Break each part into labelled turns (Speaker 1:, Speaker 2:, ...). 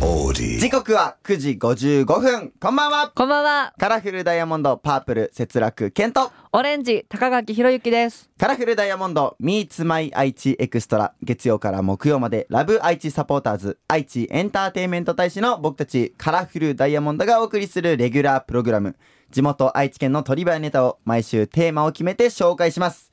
Speaker 1: body.
Speaker 2: 時刻は9時55分。こんばんは。
Speaker 3: こんばんは。
Speaker 2: カラフルダイヤモンドパープル節楽健と
Speaker 3: オレンジ高垣ひろゆきです。
Speaker 2: カラフルダイヤモンド Meets My 愛知エクストラ月曜から木曜までラブ愛知サポーターズ愛知エンターテインメント大使の僕たちカラフルダイヤモンドがお送りするレギュラープログラム地元愛知県のトリビアネタを毎週テーマを決めて紹介します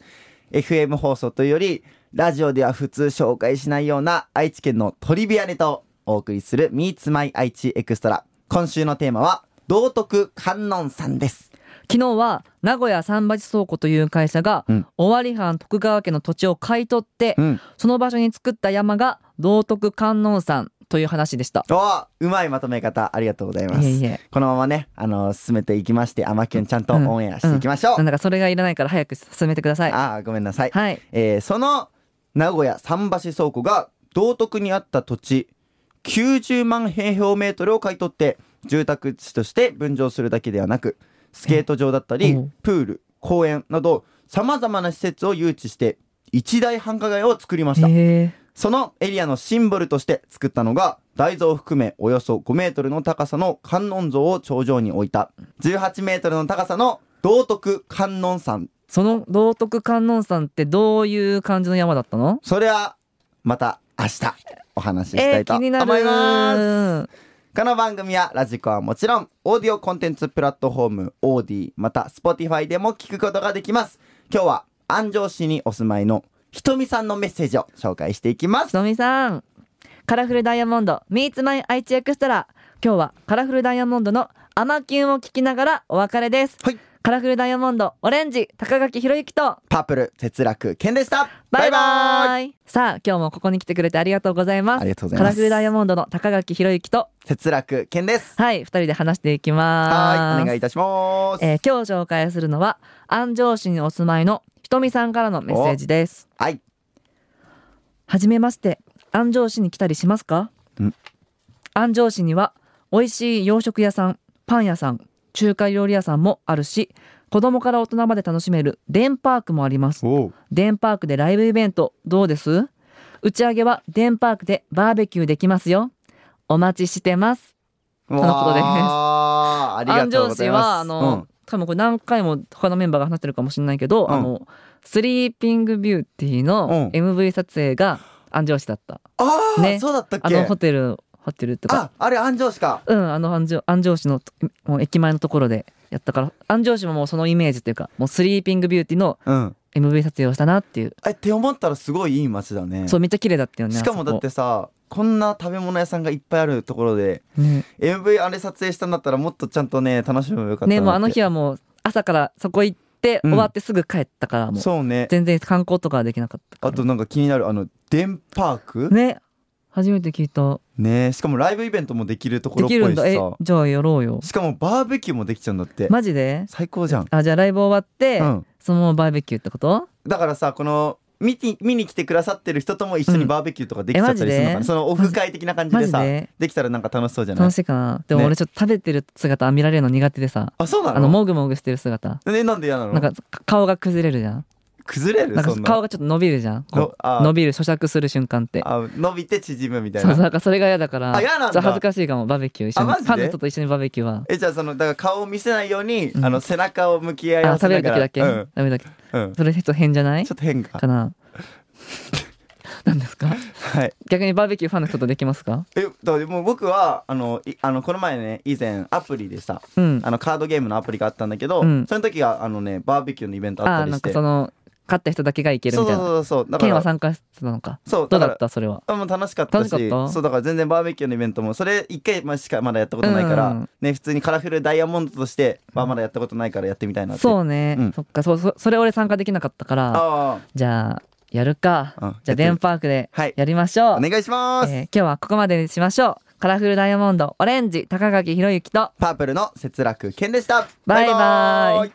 Speaker 2: FM 放送というよりラジオでは普通紹介しないような愛知県のトリビアネタをお送りする Meets My 愛知エクストラ今週のテーマは道徳観音さんです
Speaker 3: 昨日は名古屋三橋倉庫という会社が
Speaker 2: うん
Speaker 3: 尾張藩徳川家の土地を買い取って、
Speaker 2: うん
Speaker 3: その場所に作った山が道徳観音山という話でした。
Speaker 2: おーうまいまとめ方ありがとうございます
Speaker 3: いえいえ
Speaker 2: このままねあの進めていきましてアマキュンちゃんと
Speaker 3: うん
Speaker 2: オンエアしていきましょう、
Speaker 3: なんだかそれがいらないから早く進めてください。
Speaker 2: ああごめんなさい、
Speaker 3: はい。
Speaker 2: えーその名古屋桟橋倉庫が道徳にあった土地90万平方メートルを買い取って住宅地として分譲するだけではなくスケート場だった
Speaker 3: え
Speaker 2: り
Speaker 3: おう
Speaker 2: プール公園などさまざまな施設を誘致して一大繁華街を作りました
Speaker 3: え
Speaker 2: そのエリアのシンボルとして作ったのが大像を含めおよそ5メートルの高さの観音像を頂上に置いた18メートルの高さの道徳観音山
Speaker 3: その道徳観音山ってどういう感じの山だったの？
Speaker 2: それはまた明日お話ししたい
Speaker 3: えー、
Speaker 2: と
Speaker 3: 気
Speaker 2: 思い
Speaker 3: になる。
Speaker 2: ます、この番組はラジコはもちろんオーディオコンテンツプラットフォームオーディまた Spotify でも聞くことができます今日は安城市にお住まいのひとみさんのメッセージを紹介していきます
Speaker 3: ひとみさんカラフルダイヤモンド Meets My 愛知エクストラ今日はカラフルダイヤモンドのアマキュンを聞きながらお別れです、
Speaker 2: はい
Speaker 3: カラフルダイヤモンドオレンジ高垣ひろゆきと
Speaker 2: パープル哲楽健でした
Speaker 3: バイバイ
Speaker 2: バイバイ
Speaker 3: さあ今日もここに来てくれてありがとうございます
Speaker 2: ありがとうございます
Speaker 3: カラフルダイヤモンドの高垣ひろゆきと
Speaker 2: 節楽健です。
Speaker 3: はい二人で話していきます
Speaker 2: はい、お願いいたします。
Speaker 3: えー今日紹介するのは安城市にお住まいのひとみさんからのメッセージです
Speaker 2: はい、
Speaker 3: はじめまして安城市に来たりしますか
Speaker 2: ん
Speaker 3: 安城市には美味しい洋食屋さんパン屋さん中華料理屋さんもあるし子供から大人まで楽しめるデンパークもあります
Speaker 2: お
Speaker 3: デンパークでライブイベントどうです打ち上げはデンパークでバーベキューできますよお待ちしてます
Speaker 2: と
Speaker 3: のことです
Speaker 2: ありが
Speaker 3: 安
Speaker 2: とう
Speaker 3: 城
Speaker 2: ござ
Speaker 3: 市
Speaker 2: います。
Speaker 3: はあの、多分これ何回も他のメンバーが話してるかもしれないけど、
Speaker 2: うん
Speaker 3: あのスリーピングビューティーの
Speaker 2: う
Speaker 3: MV 撮影が安城市だった
Speaker 2: うん、ああ、
Speaker 3: ね
Speaker 2: そうだったっ
Speaker 3: あ
Speaker 2: け。
Speaker 3: のホテルホテルとか
Speaker 2: あ、あれ安城市か。
Speaker 3: うん、あの安城安城市のともう駅前のところでやったから安城市ももうそのイメージというかもうスリーピングビューティーの
Speaker 2: うん。
Speaker 3: MV 撮影をしたなっていう、
Speaker 2: え、って思ったらすごいいい街だね。
Speaker 3: そうめっちゃ綺麗だったよね
Speaker 2: しかもだっ、てさ、こんな食べ物屋さんがいっぱいあるところで、
Speaker 3: あそこね
Speaker 2: MV あれ撮影したんだったらもっとちゃんとね楽しめばよかったなって。
Speaker 3: ねもうあの日はもう朝からそこ行って、
Speaker 2: うん
Speaker 3: 終わってすぐ帰ったからもう
Speaker 2: そうね。
Speaker 3: 全然観光とかはできなかった
Speaker 2: あ
Speaker 3: か
Speaker 2: と
Speaker 3: ら
Speaker 2: なんか気になるあのデンパークね
Speaker 3: ね初めて聞いた
Speaker 2: しかもライブイベントもできるとこ
Speaker 3: で
Speaker 2: ろっぽ
Speaker 3: きるん
Speaker 2: いし
Speaker 3: だえ
Speaker 2: さ
Speaker 3: じゃあやろうよ
Speaker 2: しかもバーベキューもできちゃうんだって、
Speaker 3: マジで
Speaker 2: 最高じゃん
Speaker 3: あじゃあライブ終わって、
Speaker 2: うん、
Speaker 3: そのままバーベキューってこと
Speaker 2: だからさこの見に見に来てくださってる人とも一緒に
Speaker 3: うん
Speaker 2: バーベキューとかできちゃったりするのかな、
Speaker 3: えマジで
Speaker 2: そのオフ会的な感じでさ
Speaker 3: マジ
Speaker 2: で
Speaker 3: で
Speaker 2: きたらなんか楽しそうじゃない
Speaker 3: 楽しいかなでも
Speaker 2: ね
Speaker 3: 俺ちょっと食べてる姿見られるの苦手でさ
Speaker 2: あそうなの
Speaker 3: あのもぐもぐしてる姿
Speaker 2: えなんで嫌なの
Speaker 3: なんかか顔が崩れるじゃん。
Speaker 2: 崩れる
Speaker 3: なん
Speaker 2: そ
Speaker 3: か
Speaker 2: んな
Speaker 3: 顔がちょっと伸びるじゃん。こ
Speaker 2: のあ
Speaker 3: う伸びる咀嚼する瞬間って。
Speaker 2: あ伸びて縮むみたい
Speaker 3: そう
Speaker 2: な
Speaker 3: なんかそれが嫌だから。
Speaker 2: あ嫌なんだ
Speaker 3: ちょっと恥ずかしいかもバーベキュー一緒
Speaker 2: あマジ
Speaker 3: に。
Speaker 2: で
Speaker 3: パンダと一緒にバーベキューは。
Speaker 2: えじゃあそのだから顔を見せないように、
Speaker 3: うん
Speaker 2: あの背中を向き合い合
Speaker 3: あ
Speaker 2: わせ
Speaker 3: 食べ
Speaker 2: な
Speaker 3: る
Speaker 2: が
Speaker 3: 時
Speaker 2: ら
Speaker 3: だけ。
Speaker 2: うん
Speaker 3: 食べる時。
Speaker 2: うん、ち
Speaker 3: それちょっと変じゃない
Speaker 2: ょっ？と変か
Speaker 3: かな。なんですか？
Speaker 2: はい
Speaker 3: 逆にバーベキューファンの人とできますか？
Speaker 2: えだからもう僕はあのいあのこの前ね以前アプリでさ
Speaker 3: うん。
Speaker 2: あのカードゲームのアプリがあったんだけど、
Speaker 3: うん
Speaker 2: その時はあのねバーベキューのイベントあっ
Speaker 3: あ
Speaker 2: たり
Speaker 3: なん
Speaker 2: し
Speaker 3: か
Speaker 2: て
Speaker 3: その勝った人だけがいける
Speaker 2: そう
Speaker 3: みた
Speaker 2: そ
Speaker 3: いうな。
Speaker 2: そうそうだか
Speaker 3: 県は
Speaker 2: ら
Speaker 3: 参加してたのか。
Speaker 2: そう
Speaker 3: どうだ
Speaker 2: か
Speaker 3: ったそれは。
Speaker 2: らあもう楽しかったし
Speaker 3: 楽しかった
Speaker 2: そうだから全然バーベキューのイベントもそれ一回まあしかまだやったことないから、
Speaker 3: うん
Speaker 2: ね普通にカラフルダイヤモンドとして、まあ、まだやったことないからやってみたいなって
Speaker 3: そううね
Speaker 2: うん。
Speaker 3: そっかそうそそれ俺参加できなかったから。
Speaker 2: あ
Speaker 3: じゃあやるか
Speaker 2: うん。
Speaker 3: じゃあデンパークで
Speaker 2: はい
Speaker 3: やりましょう
Speaker 2: あお。願いします、
Speaker 3: えー今日はここまでにしましょうカラフルダイヤモンドオレンジ高垣ひろゆきと
Speaker 2: パープルの節楽健でした
Speaker 3: バイバイ
Speaker 2: バイバイ